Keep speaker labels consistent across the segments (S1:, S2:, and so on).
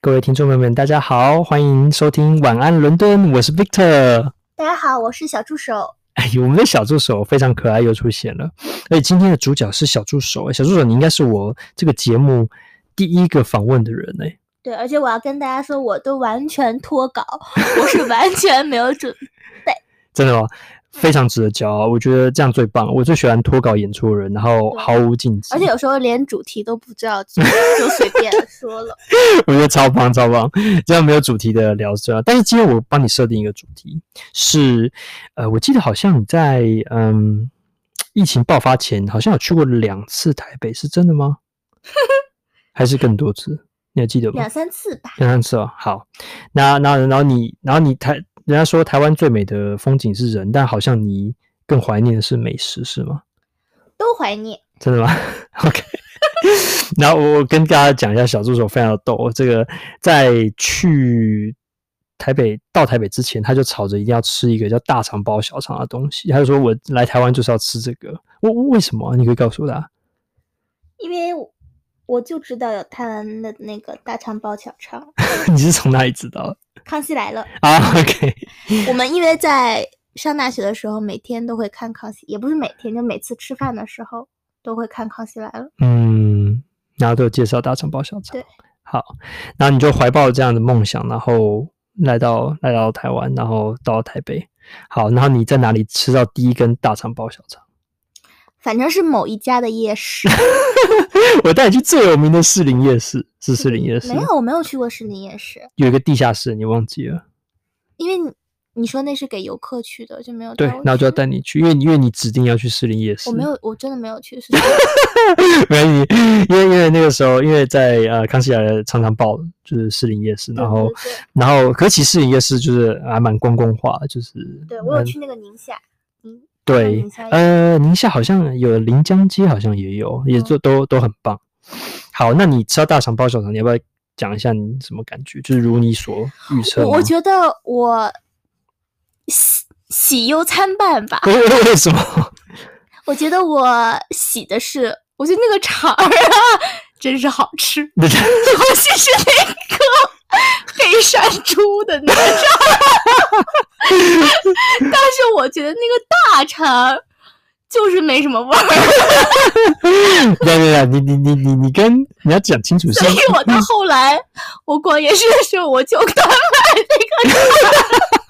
S1: 各位听众朋友们，大家好，欢迎收听《晚安伦敦》，我是 Victor。
S2: 大家好，我是小助手。
S1: 哎，我们的小助手非常可爱又出现了，而且今天的主角是小助手。哎小助手，你应该是我这个节目第一个访问的人哎。
S2: 对，而且我要跟大家说，我都完全脱稿，我是完全没有准。
S1: 真的吗？非常值得骄傲，我觉得这样最棒。我最喜欢脱稿演出的人，然后
S2: 对
S1: 毫无禁忌，
S2: 而且有时候连主题都不知道，就就随便说了。
S1: 我觉得超棒超棒，这样没有主题的聊这样。但是今天我帮你设定一个主题，是呃，我记得好像你在嗯疫情爆发前，好像有去过两次台北，是真的吗？ 还是更多次？你还记得吗
S2: 两？三次吧，
S1: 两三次哦。好，那那然后你然后你台人家说台湾最美的风景是人，但好像你更怀念的是美食，是吗？
S2: 都怀念。
S1: 真的吗 ？OK。然后我跟大家讲一下，小助手非常的逗。这个在去台北到台北之前，他就吵着一定要吃一个叫大肠包小肠的东西。他就说我来台湾就是要吃这个。我为什么啊？ 你可以告诉他。
S2: 因为我我就知道有台湾的那个大肠包小肠，
S1: 你是从哪里知道的？
S2: 康熙来了。
S1: 啊，OK，
S2: 我们因为在上大学的时候，每天都会看康熙，也不是每天，就每次吃饭的时候都会看康熙来了。
S1: 嗯，然后都有介绍大肠包小肠
S2: 对。
S1: 好，然后你就怀抱这样的梦想，然后来到来到台湾，然后到台北。好，然后你在哪里吃到第一根大肠包小肠？
S2: 反正是某一家的夜市，
S1: 我带你去最有名的士林夜市，是士林夜市
S2: 嗯没，有，我没有去过士林夜市，
S1: 有一个地下室，你忘记了？
S2: 因为你你说那是给游客去的，就没有
S1: 对
S2: 带我，
S1: 那我就要
S2: 去
S1: 带你去，因为你因为你指定要去士林夜市。
S2: 我没，有，我真的没有去。是
S1: 没有你，因为因为那个时候，因为在呃康熙来了常常报就是士林夜
S2: 嗯
S1: 市，然后
S2: 对对
S1: 然后可是其实士林夜市就是还蛮公共化的，就是
S2: 对对我有
S1: 嗯
S2: 去那个宁夏，嗯，
S1: 对
S2: 宁夏，也
S1: 呃，宁夏好像有临江街，好像也有，也
S2: 嗯
S1: 都都都很棒。好，那你吃到大肠包小肠，你要不要讲一下你什么感觉？就是如你所预测吗，
S2: 我我觉得我喜喜忧参半吧。
S1: 为 为为什么？
S2: 我觉得我喜的是，我觉得那个肠儿啊，真是好吃， 尤其是那个黑山猪的那个肠儿， 但是我觉得那个大肠儿就是没什么味儿，
S1: 对对对，你你你你你跟你要讲清楚是
S2: 所，以我到后来我逛夜市的时候，我就专买那个。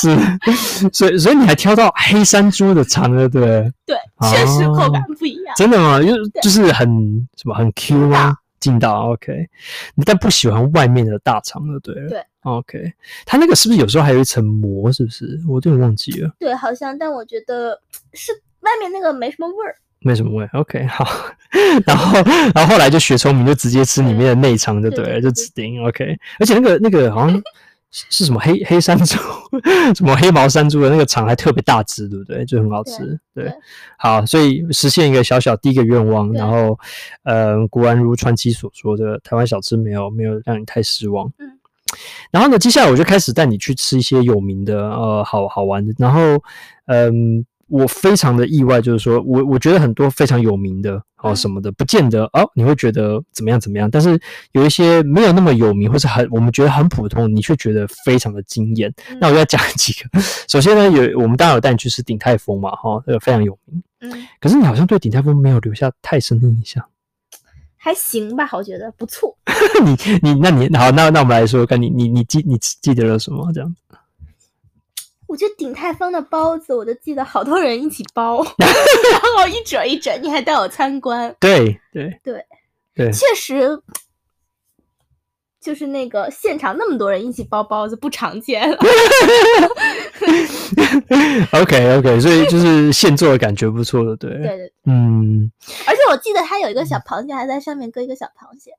S1: 是，所以所以你还挑到黑山猪的肠了，对不对？
S2: 对，确实口感
S1: 哦
S2: 不一样。
S1: 真的吗？就
S2: 对
S1: 就是很什么很 Q 吗？劲道 OK，你但不喜欢外面的大肠就对了。
S2: 对
S1: OK，它那个是不是有时候还有一层膜？是不是？我有点忘记了，
S2: 对，好像，但我觉得是外面那个没什么味儿。
S1: 没什么味。OK，好， 然后然后后来就学聪明，就直接吃里面的内肠就对了，
S2: 对对对
S1: 就指定 OK。而且那个那个好像是是什么黑黑山猪， 什么黑毛山猪的那个肠还特别大只，对不对？就很好吃。对，
S2: 对
S1: 好，所以实现一个小小第一个愿望，
S2: 对
S1: 然后，呃，果然如传奇所说的，台湾小吃没有没有让你太失望。
S2: 嗯。
S1: 然后呢，接下来我就开始带你去吃一些有名的，呃，好好玩的。然后，嗯，我非常的意外，就是说我我觉得很多非常有名的哦
S2: 嗯
S1: 什么的，不见得哦你会觉得怎么样怎么样，但是有一些没有那么有名，或是很我们觉得很普通，你却觉得非常的惊艳。
S2: 嗯
S1: 那我要讲几个， 首先呢，有我们当然有带你去吃鼎泰丰嘛，哈、这个非常有名。
S2: 嗯，
S1: 可是你好像对鼎泰丰没有留下太深的印象。
S2: 还行吧，我觉得不错。
S1: 你你那你好，那那我们来说，看你你你记你记得了什么？这样，
S2: 我觉得鼎泰丰的包子，我都记得好多人一起包， 然后一折一折，你还带我参观，
S1: 对对
S2: 对
S1: 对，
S2: 确实。就是那个现场那么多人一起包包子不常见 了，
S1: OK OK，所以就是现做的感觉不错的，对。
S2: 对对，对
S1: 嗯，
S2: 而且我记得它有一个小螃蟹，还在上面搁一个小螃蟹，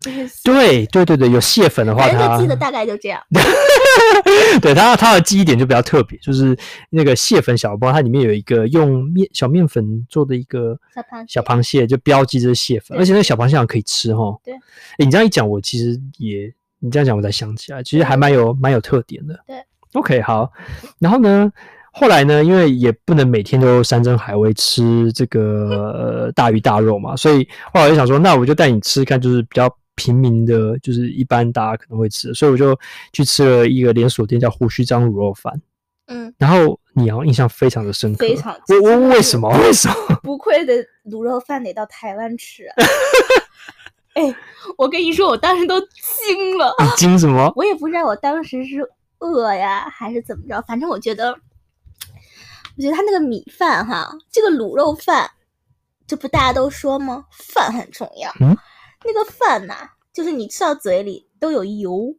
S2: 就是
S1: 对对对对，有蟹粉的话，
S2: 反正
S1: 它
S2: 就记得大概就这样。
S1: 对它它的记忆点就比较特别，就是那个蟹粉小包，它里面有一个用面小面粉做的一个
S2: 小螃
S1: 小
S2: 蟹
S1: 螃蟹，就标记这是蟹粉，
S2: 对
S1: 而且那个小螃蟹好像可以吃哦。
S2: 对
S1: 诶，你这样一讲，我其实也你这样讲，我才想起来，其实还蛮有蛮有特点的。
S2: 对
S1: ，OK 好，然后呢？后来呢，因为也不能每天都山珍海味吃这个、呃、大鱼大肉嘛，所以后来我就想说，那我就带你吃一看，就是比较平民的，就是一般大家可能会吃的，所以我就去吃了一个连锁店叫胡须章卤肉饭。
S2: 嗯，
S1: 然后你好像印象非常的深刻，
S2: 非常
S1: 我我为什么为什么？
S2: 不愧的卤肉饭得到台湾吃、 啊。哎，我跟你说，我当时都惊了，
S1: 你惊什么？
S2: 我也不知道我当时是饿呀还是怎么着，反正我觉得，我觉得他那个米饭哈，这个卤肉饭，这不大家都说吗？饭很重要。
S1: 嗯
S2: 那个饭呐、就是你吃到嘴里都有油，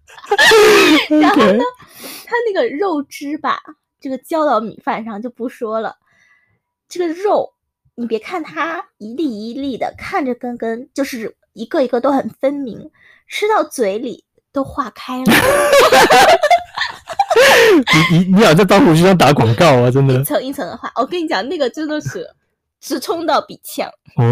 S1: OK
S2: 然后呢，它那个肉汁吧，这个浇到米饭上就不说了。这个肉，你别看它一粒一粒的，看着根根就是一个一个都很分明，吃到嘴里都化开了。
S1: 你你你好像在帮胡须章打广告啊！真
S2: 一
S1: 的
S2: 层一层的化。我跟你讲，那个真的是直冲到鼻腔，
S1: 哦，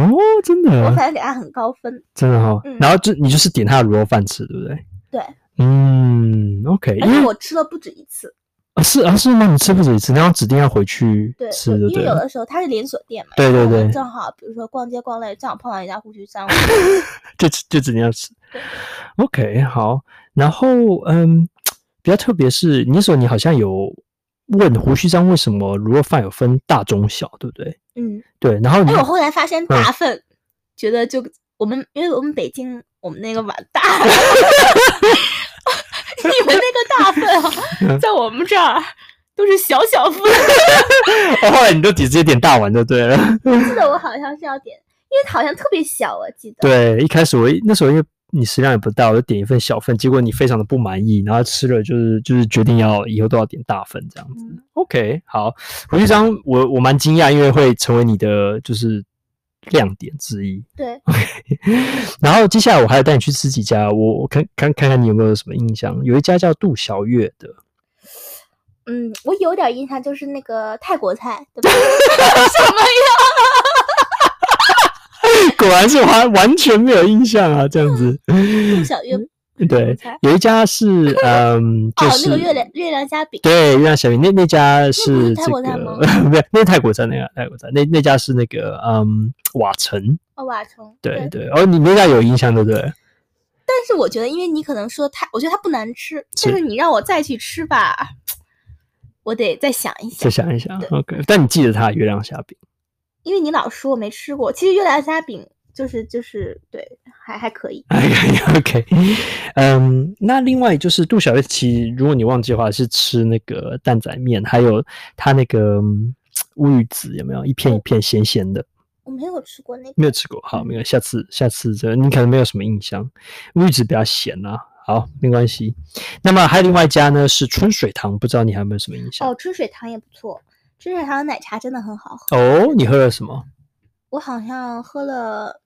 S1: 真的
S2: 我
S1: 啊
S2: 反正给它很高分。
S1: 真的哈
S2: 嗯。
S1: 然后就你就是点他的卤肉饭吃，对不对？
S2: 对，
S1: 嗯，OK，
S2: 而
S1: 因
S2: 且
S1: 为
S2: 我吃了不止一次。
S1: 啊是啊是，那你吃不止一次，你要指定要回去
S2: 对，
S1: 吃
S2: 我
S1: 的，
S2: 因为
S1: 对
S2: 有
S1: 了。
S2: 的时候它是连锁店嘛，
S1: 对
S2: 然
S1: 对
S2: 后我
S1: 对
S2: 正好比如说逛街逛累，正好碰到一家胡须 章，
S1: 就指就指定要吃。OK，好，然后嗯，比较特别是你那时候你好像有问胡须章为什么卤肉饭有分大中小，对不对？
S2: 嗯，
S1: 对，然后你
S2: 哎，我后来发现
S1: 嗯
S2: 大份，觉得就我们，因为我们北京我们那个碗大，你们那个大份
S1: 嗯
S2: 啊，在我们这儿都是小小份。
S1: 哦后来你就直接点大碗就对了。
S2: 记得我好像是要点，因为好像特别小，我记得。
S1: 对，一开始我一那时候因为你食量也不大，我就点一份小份，结果你非常的不满意，然后吃了就是就是决定要以后都要点大份这样子。
S2: 嗯
S1: OK，好，胡须章，我我蛮惊讶，因为会成为你的就是亮点之一。
S2: 对，
S1: 然后接下来我还要带你去吃几家，我我看看看看你有没有什么印象？有一家叫杜小月的，
S2: 嗯，我有点印象，就是那个泰国菜，对 吧？什么呀？
S1: 果然是完完全没有印象啊，这样子。
S2: 陆小月哦，
S1: 嗯对
S2: 菜，哦
S1: 有一家是 嗯，就是、
S2: 那个月亮月亮虾饼，
S1: 对，月亮小饼那那家是
S2: 是泰
S1: 这
S2: 国菜
S1: 个， 没有，那是泰国菜，那个泰国菜，那那家是那个嗯瓦城，
S2: 哦，瓦城，
S1: 对对，哦，你那家有印象对不对？
S2: 但是我觉得，因为你可能说它，我觉得它不难吃，但
S1: 是
S2: 是你让我再去吃吧，我得再想一
S1: 再
S2: 想，
S1: 想一想
S2: 对
S1: ，OK，但你记得它的月亮虾饼，
S2: 因为你老说我没吃过。其实月亮虾饼就是就是对，还还可以。
S1: 哎呀，OK，嗯，那另外就是杜小月，其实如果你忘记的话，是吃那个蛋仔面，还有它那个嗯乌鱼子有没有一片一片咸咸的？
S2: 我没有吃过那个，
S1: 没有吃过，好，没有，下次下次这你可能没有什么印象，位置比较咸啊。好，没关系。那么还有另外一家呢是春水堂，不知道你还有没有什么印象？
S2: 哦，春水堂也不错，春水堂的奶茶真的很好喝。
S1: 哦，你喝了什么？
S2: 我好像喝了，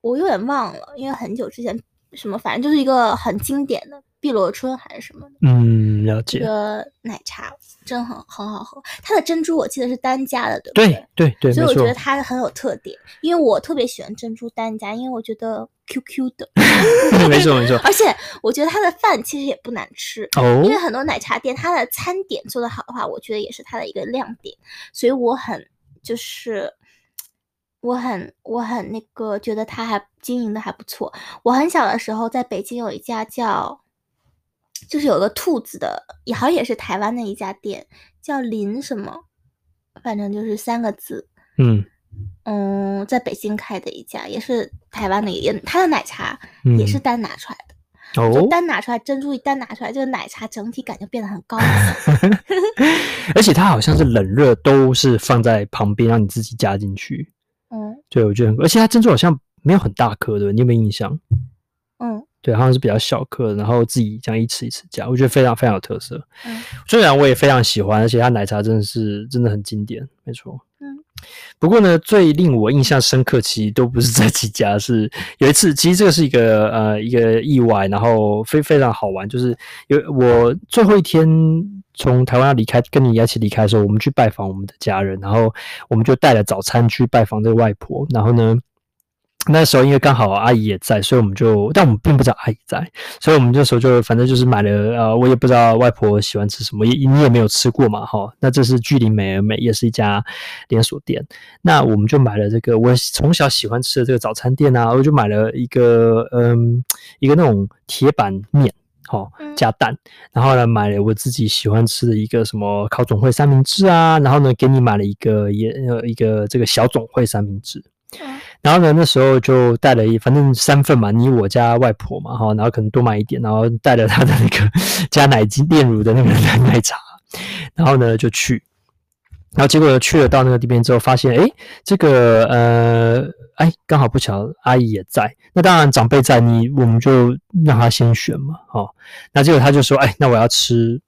S2: 我有点忘了，因为很久之前什么，反正就是一个很经典的碧螺春还是什么的。
S1: 嗯，了
S2: 这
S1: 解。
S2: 个奶茶真很很好喝，它的珍珠我记得是单加的，对不
S1: 对对对，
S2: 所
S1: 没
S2: 以我觉
S1: 错
S2: 得。它很有特点，因为我特别喜欢珍珠单加，因为我觉得 Q Q 的，
S1: 没错没错。
S2: 而且我觉得它的饭其实也不难吃， 因
S1: 哦
S2: 为，很多奶茶店它的餐点做得好的话，我觉得也是它的一个亮点，所以我很就是。我很我很那个，觉得它还经营的还不错。我很小的时候在北京有一家叫，就是有个兔子的，也好像也是台湾的一家店，叫林什么，反正就是三个字。
S1: 嗯
S2: 嗯，在北京开的一家，也是台湾的一个，也它的奶茶
S1: 嗯，
S2: 也是单拿出来的，就
S1: 哦，
S2: 单拿出来珍珠一单拿出来，这个奶茶整体感就变得很 高级。
S1: 而且它好像是冷热都是放在旁边，让你自己加进去。
S2: 嗯
S1: 对，我觉得很，而且它珍珠好像没有很大颗的，你有没有印象？
S2: 嗯，
S1: 对，好像是比较小颗的，然后自己这样一吃一吃加，我觉得非常非常有特色。
S2: 嗯，
S1: 虽然我也非常喜欢，而且它奶茶真的是真的很经典，没错。
S2: 嗯，
S1: 不过呢，最令我印象深刻，其实都不是这几家，是有一次，其实这个是一个呃一个意外，然后非非常好玩，就是有我最后一天从台湾要离开，跟你一起离开的时候，我们去拜访我们的家人，然后我们就带了早餐去拜访这个外婆，然后呢。那时候因为刚好阿姨也在，所以我们就，但我们并不知道阿姨在，所以我们那时候就反正就是买了，呃，我也不知道外婆喜欢吃什么，也你也没有吃过嘛，哈。那这是巨灵美而美，也是一家连锁店。那我们就买了这个我从小喜欢吃的这个早餐店啊，我就买了一个，嗯，一个那种铁板面。哦，
S2: 嗯
S1: 加蛋，然后呢，买了我自己喜欢吃的一个什么烤总会三明治啊，然后呢，给你买了一个也呃一个这个小总会三明治，
S2: 嗯
S1: 然后呢，那时候就带了一，反正三份嘛，你我加外婆嘛，哈，然后可能多买一点，然后带了她的那个 加奶精炼乳的那个奶茶，然后呢就去，然后结果去了到那个地边之后，发现哎，诶这个呃，哎，刚好不巧阿姨也在，那当然长辈在，你我们就让她先选嘛，哦，那结果她就说，哎，那我要吃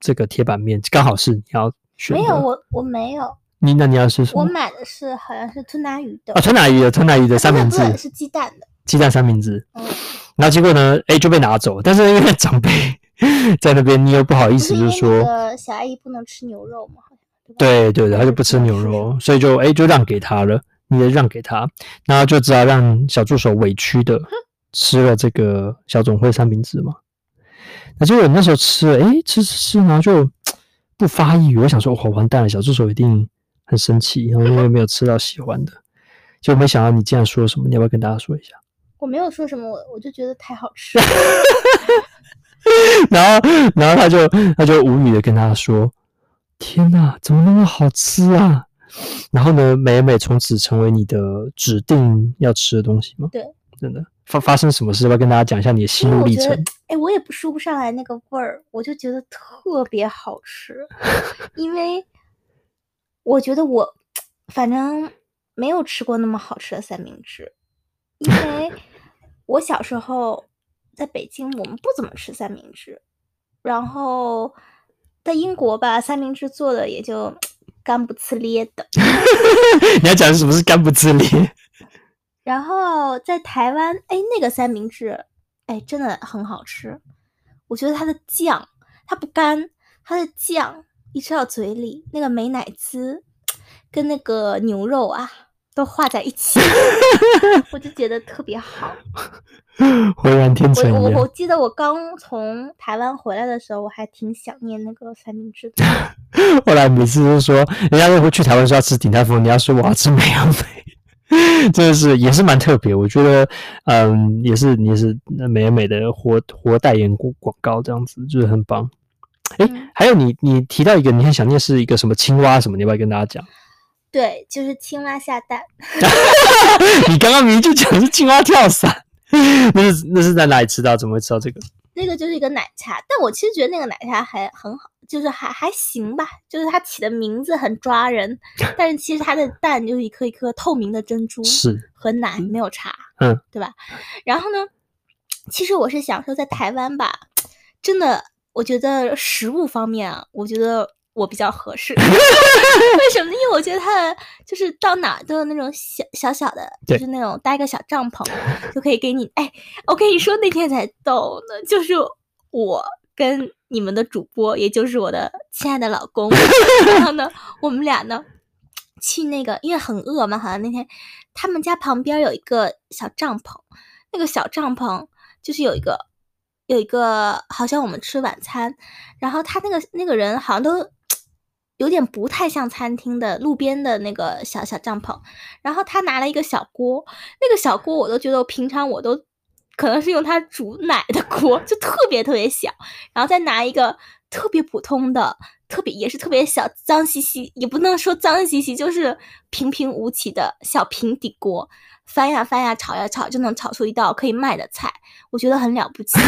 S1: 这个铁板面，刚好是你要选
S2: 没
S1: 的，
S2: 有我我没有，
S1: 你那你要吃什
S2: 我
S1: 么？
S2: 买的是好像是吞拿鱼的
S1: 啊，，吞拿鱼的吞拿鱼的
S2: 啊
S1: 三
S2: 不是
S1: 明
S2: 不
S1: 治
S2: 是，是鸡蛋的，
S1: 鸡蛋三明治。
S2: 嗯，
S1: 然后结果呢，哎，就被拿走。但是因为长辈 在那边，你又不好意
S2: 不
S1: 思，
S2: 是
S1: 就
S2: 因
S1: 是
S2: 为那
S1: 说，
S2: 个小阿姨不能吃牛肉嘛，好像吧
S1: 对对对，他就不吃牛
S2: 是
S1: 肉，所以就哎就让给他了，你也让给他，然后就只好让小助手委屈的吃了这个小总会三明治嘛。那结果那时候吃了，哎，吃吃吃，然后就不发一语。我想说，哇，完蛋了，小助手一定很生气，然后因为没有吃到喜欢的。结果没想到你竟然说什么，你要不要跟大家说一下？
S2: 我没有说什么，我我就觉得太好 吃了，
S1: 然后，然后他就他就无语的跟他说：“天哪，怎么那么好吃啊？”然后呢，美美从此成为你的指定要吃的东西吗？
S2: 对，
S1: 真的发发生什么事？要不要跟大家讲一下你的心
S2: 因为
S1: 路
S2: 我
S1: 历
S2: 觉得
S1: 程？，
S2: 哎，我也不说不上来那个味儿，我就觉得特别好吃，因为我觉得我反正没有吃过那么好吃的三明治，因 为我小时候在北京，我们不怎么吃三明治，然后在英国吧，三明治做的也就干不呲咧的，
S1: 你要讲什么是干不自理？
S2: 然后在台湾，哎，那个三明治，哎，真的很好吃。我觉得它的酱，它不干，它的酱一吃到嘴里，那个美乃滋跟那个牛肉啊，都化在一起， 我就觉得特别好。
S1: 浑然天成
S2: 我
S1: 一
S2: 我我
S1: 样。
S2: 记得我刚从台湾回来的时候，我还挺想念那个三明 治的。
S1: 后来每次都说，人家会去台湾说要吃鼎泰丰，你要说我要吃美而美， 真的是也是蛮特别。我觉得，嗯，也是也是美而美的活活代言广广告这样子，就是很棒。哎、
S2: 嗯
S1: 还有你你提到一个你很想念是一个什么青蛙什么，你要不要跟大家讲？
S2: 对，就是青蛙下蛋，
S1: 你刚刚明明就讲是青蛙跳伞， 那是那是在哪里吃到？怎么会吃到这个？
S2: 那个就是一个奶茶，但我其实觉得那个奶茶还很好，就是还还行吧，就是它起的名字很抓人， 但是其实它的蛋就是一颗一颗透明的珍珠
S1: 是
S2: 和奶，没有茶，
S1: 嗯，
S2: 对吧？然后呢，其实我是想说，在台湾吧，真的，我觉得食物方面啊，我觉得我比较合适， 为什么呢？因为我觉得它的就是到哪儿都有那种小小小的，就
S1: 对
S2: 是那种搭一个小帐篷，就可以给你。哎，我跟你说那天才逗呢，就是我跟你们的主播，也就是我的亲爱的老公，然后呢，我们俩呢。去那个，因为很饿嘛，好像那天他们家旁边有一个小帐篷，那个小帐篷就是有一个有一个，好像我们吃晚餐，然后他那个那个人好像都有点不太像餐厅的路边的那个小小帐篷，然后他拿了一个小锅，那个小锅我都觉得我平常我都可能是用它煮奶的锅，就特别特别小，然后再拿一个特别普通的。特别也是特别小，脏兮兮，也不能说脏兮兮，就是平平无奇的小平底锅，翻呀翻呀，炒呀炒，就能炒出一道可以卖的菜，我觉得很了不起。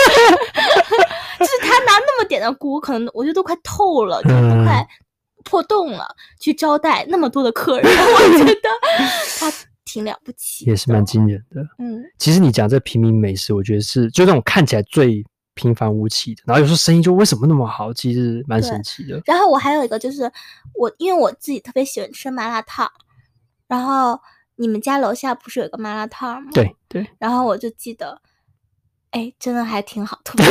S2: 就是他拿那么点的锅，可能我觉得都快透了，就是都
S1: 嗯
S2: 快破洞了，去招待那么多的客人， 我觉得他挺了不起的，
S1: 也是蛮惊人的。
S2: 嗯，
S1: 其实你讲这平民美食，我觉得是就那种看起来最平凡无奇的，然后有时候生意就为什么那么好，其实蛮神奇的。
S2: 然后我还有一个就是我，因为我自己特别喜欢吃麻辣烫，然后你们家楼下不是有一个麻辣烫吗？
S1: 对对，
S2: 然后我就记得，哎，真的还挺好，特别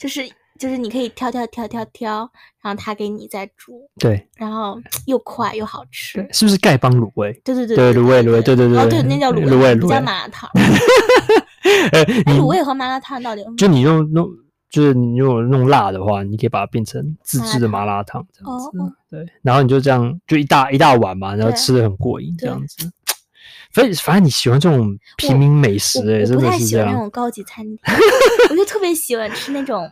S2: 就是就是你可以挑挑挑挑挑，然后他给你再煮，
S1: 对
S2: 然后又快又好吃。
S1: 是不是丐帮卤 味？
S2: 对对对
S1: 对，卤味卤味，对对对，
S2: 哦对，那叫
S1: 卤味
S2: 不
S1: 卤
S2: 叫
S1: 味。
S2: 麻辣烫。
S1: 哎，
S2: 那
S1: 你
S2: 卤味和麻辣烫到底有
S1: 就你用弄，就是你如果弄辣的话，你可以把它变成自制的麻辣烫这样
S2: 哦
S1: 子。
S2: 哦
S1: 对，然后你就这样就一大一大碗嘛，然后
S2: 对
S1: 吃的很过瘾这
S2: 对
S1: 样子。所以反正你喜欢这种平民美食、
S2: 我
S1: 欸，
S2: 我
S1: 真
S2: 不
S1: 的
S2: 太
S1: 是
S2: 喜
S1: 这
S2: 欢那
S1: 样。
S2: 种高级餐厅，我就特别喜欢吃那种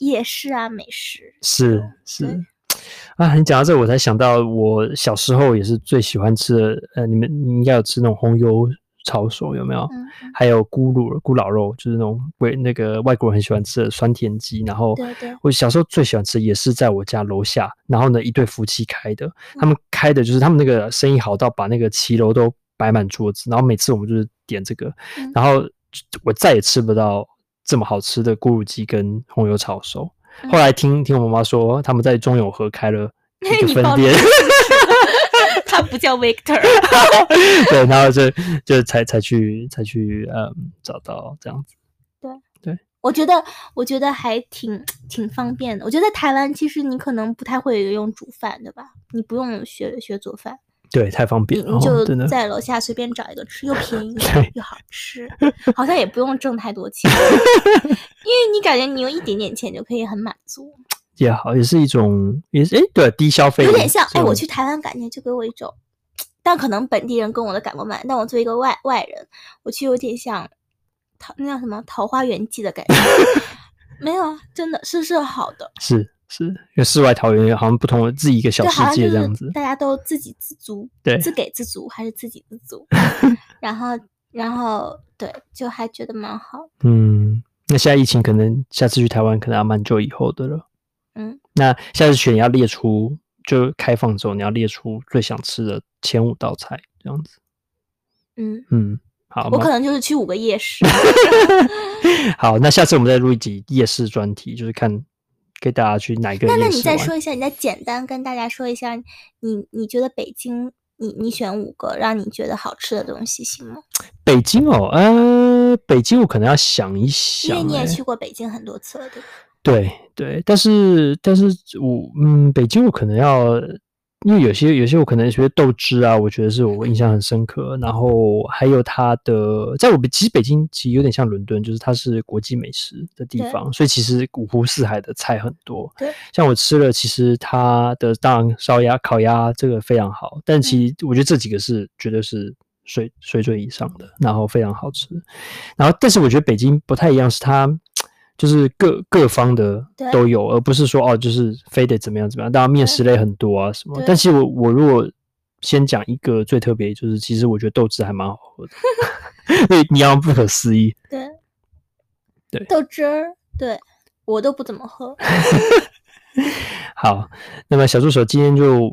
S2: 夜市啊美食。
S1: 是是
S2: 嗯对，
S1: 啊，你讲到这，我才想到我小时候也是最喜欢吃的，呃，你们你应该有吃那种红油抄手有没有？
S2: 嗯，嗯
S1: 还有咕噜咕老肉，就是那种鬼那个外国人很喜欢吃的酸甜鸡。然后
S2: 对对
S1: 我小时候最喜欢吃也是在我家楼下，然后呢一对夫妻开
S2: 嗯
S1: 的，他们开的就是他们那个生意好到把那个骑楼都摆满桌子，然后每次我们就是点这个，
S2: 嗯
S1: 然后我再也吃不到这么好吃的咕噜鸡跟红油炒熟。
S2: 嗯
S1: 后来听听我妈妈说，他们在中永和开 了一个
S2: 你哦
S1: 分
S2: 暴露
S1: 店
S2: 了，他不叫 Victor，
S1: 对，然后就就才才去才去嗯找到这样子。
S2: 我觉得我觉得还挺挺方便的。我觉得在台湾其实你可能不太会用煮饭，对吧？你不用学学做饭，
S1: 对，太方
S2: 你
S1: 便了，
S2: 你嗯就
S1: 哦真的。
S2: 在楼下随便找一个吃，又便 宜
S1: 对
S2: 又好吃，好像也不用挣太 多钱，因为你感觉你用一点点钱就可以很满足。
S1: 也好，也是一种，也是哎，对，低消费
S2: 有点像
S1: 这
S2: 哎，我
S1: 种
S2: 去台湾感觉就给我一种，但可能本地人跟我的感官不一样但我作为一个外外人，我去有点像桃那叫什么《桃花源记》的感觉。 没有啊，真的是是好的，
S1: 是是，因为世外桃源好像不同的自己一个小
S2: 对，
S1: 世
S2: 好像
S1: 界
S2: 就
S1: 这样
S2: 是
S1: 子，
S2: 大家都自给自足，
S1: 对
S2: 自给自足还是自给自 足，然后然后对，就还觉得蛮好，
S1: 嗯，那现在疫情可能下次去台湾可能要蛮久以后的了。
S2: 嗯，
S1: 那下次选你要列出，就开放之后你要列出最想吃的前五道菜这样子，
S2: 嗯，
S1: 嗯，好，
S2: 我
S1: 麻
S2: 可能就是去五个 夜市，
S1: 好，那下次我们再录一集夜市专题，就是看给大家去哪一个
S2: 那那
S1: 夜
S2: 你
S1: 市
S2: 再
S1: 玩。
S2: 说一下，你再简单跟大家说一下，你你觉得北京，你你选五个让你觉得好吃的东西行吗？
S1: 北京哦，呃，北京我可能要想一
S2: 因
S1: 想、
S2: 为你也
S1: 哎
S2: 去过北京很多次了，对吧？
S1: 对对，但是但是我嗯，北京我可能要，因为有些有些我可能觉得豆汁啊，我觉得是我印象很深刻。然后还有它的，在我们其实北京其实有点像伦敦，就是它是国际美食的地
S2: 对
S1: 方，所以其实五湖四海的菜很多。
S2: 对，
S1: 像我吃了，其实它的当然烧鸭、烤鸭这个非常好，
S2: 嗯
S1: 但其实我觉得这几个是绝对是水水准以上的，然后非常好吃。然后，但是我觉得北京不太一样，是它就是各各方的
S2: 对
S1: 都有，而不是说哦，就是非得怎么样怎么样。当然，面食类很多啊什么
S2: 对。
S1: 但其实我我如果先讲一个最特别，就是其实我觉得豆汁还蛮好 喝的， 对，你要不可思议。
S2: 对，
S1: 对
S2: 豆汁儿，对我都不怎么喝，
S1: 好，那么小助手今天就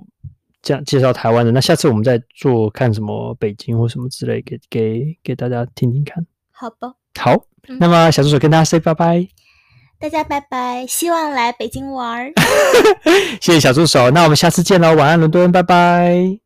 S1: 这样介绍台湾的，那下次我们再做看什么北京或什么之类，给给给大家听听看。
S2: 好吧？
S1: 好，
S2: 嗯
S1: 那么小助手跟大家 say 拜 拜，
S2: 大家拜拜，希望来北京玩儿。
S1: 谢谢小助手，那我们下次见喽，晚安伦敦，拜拜。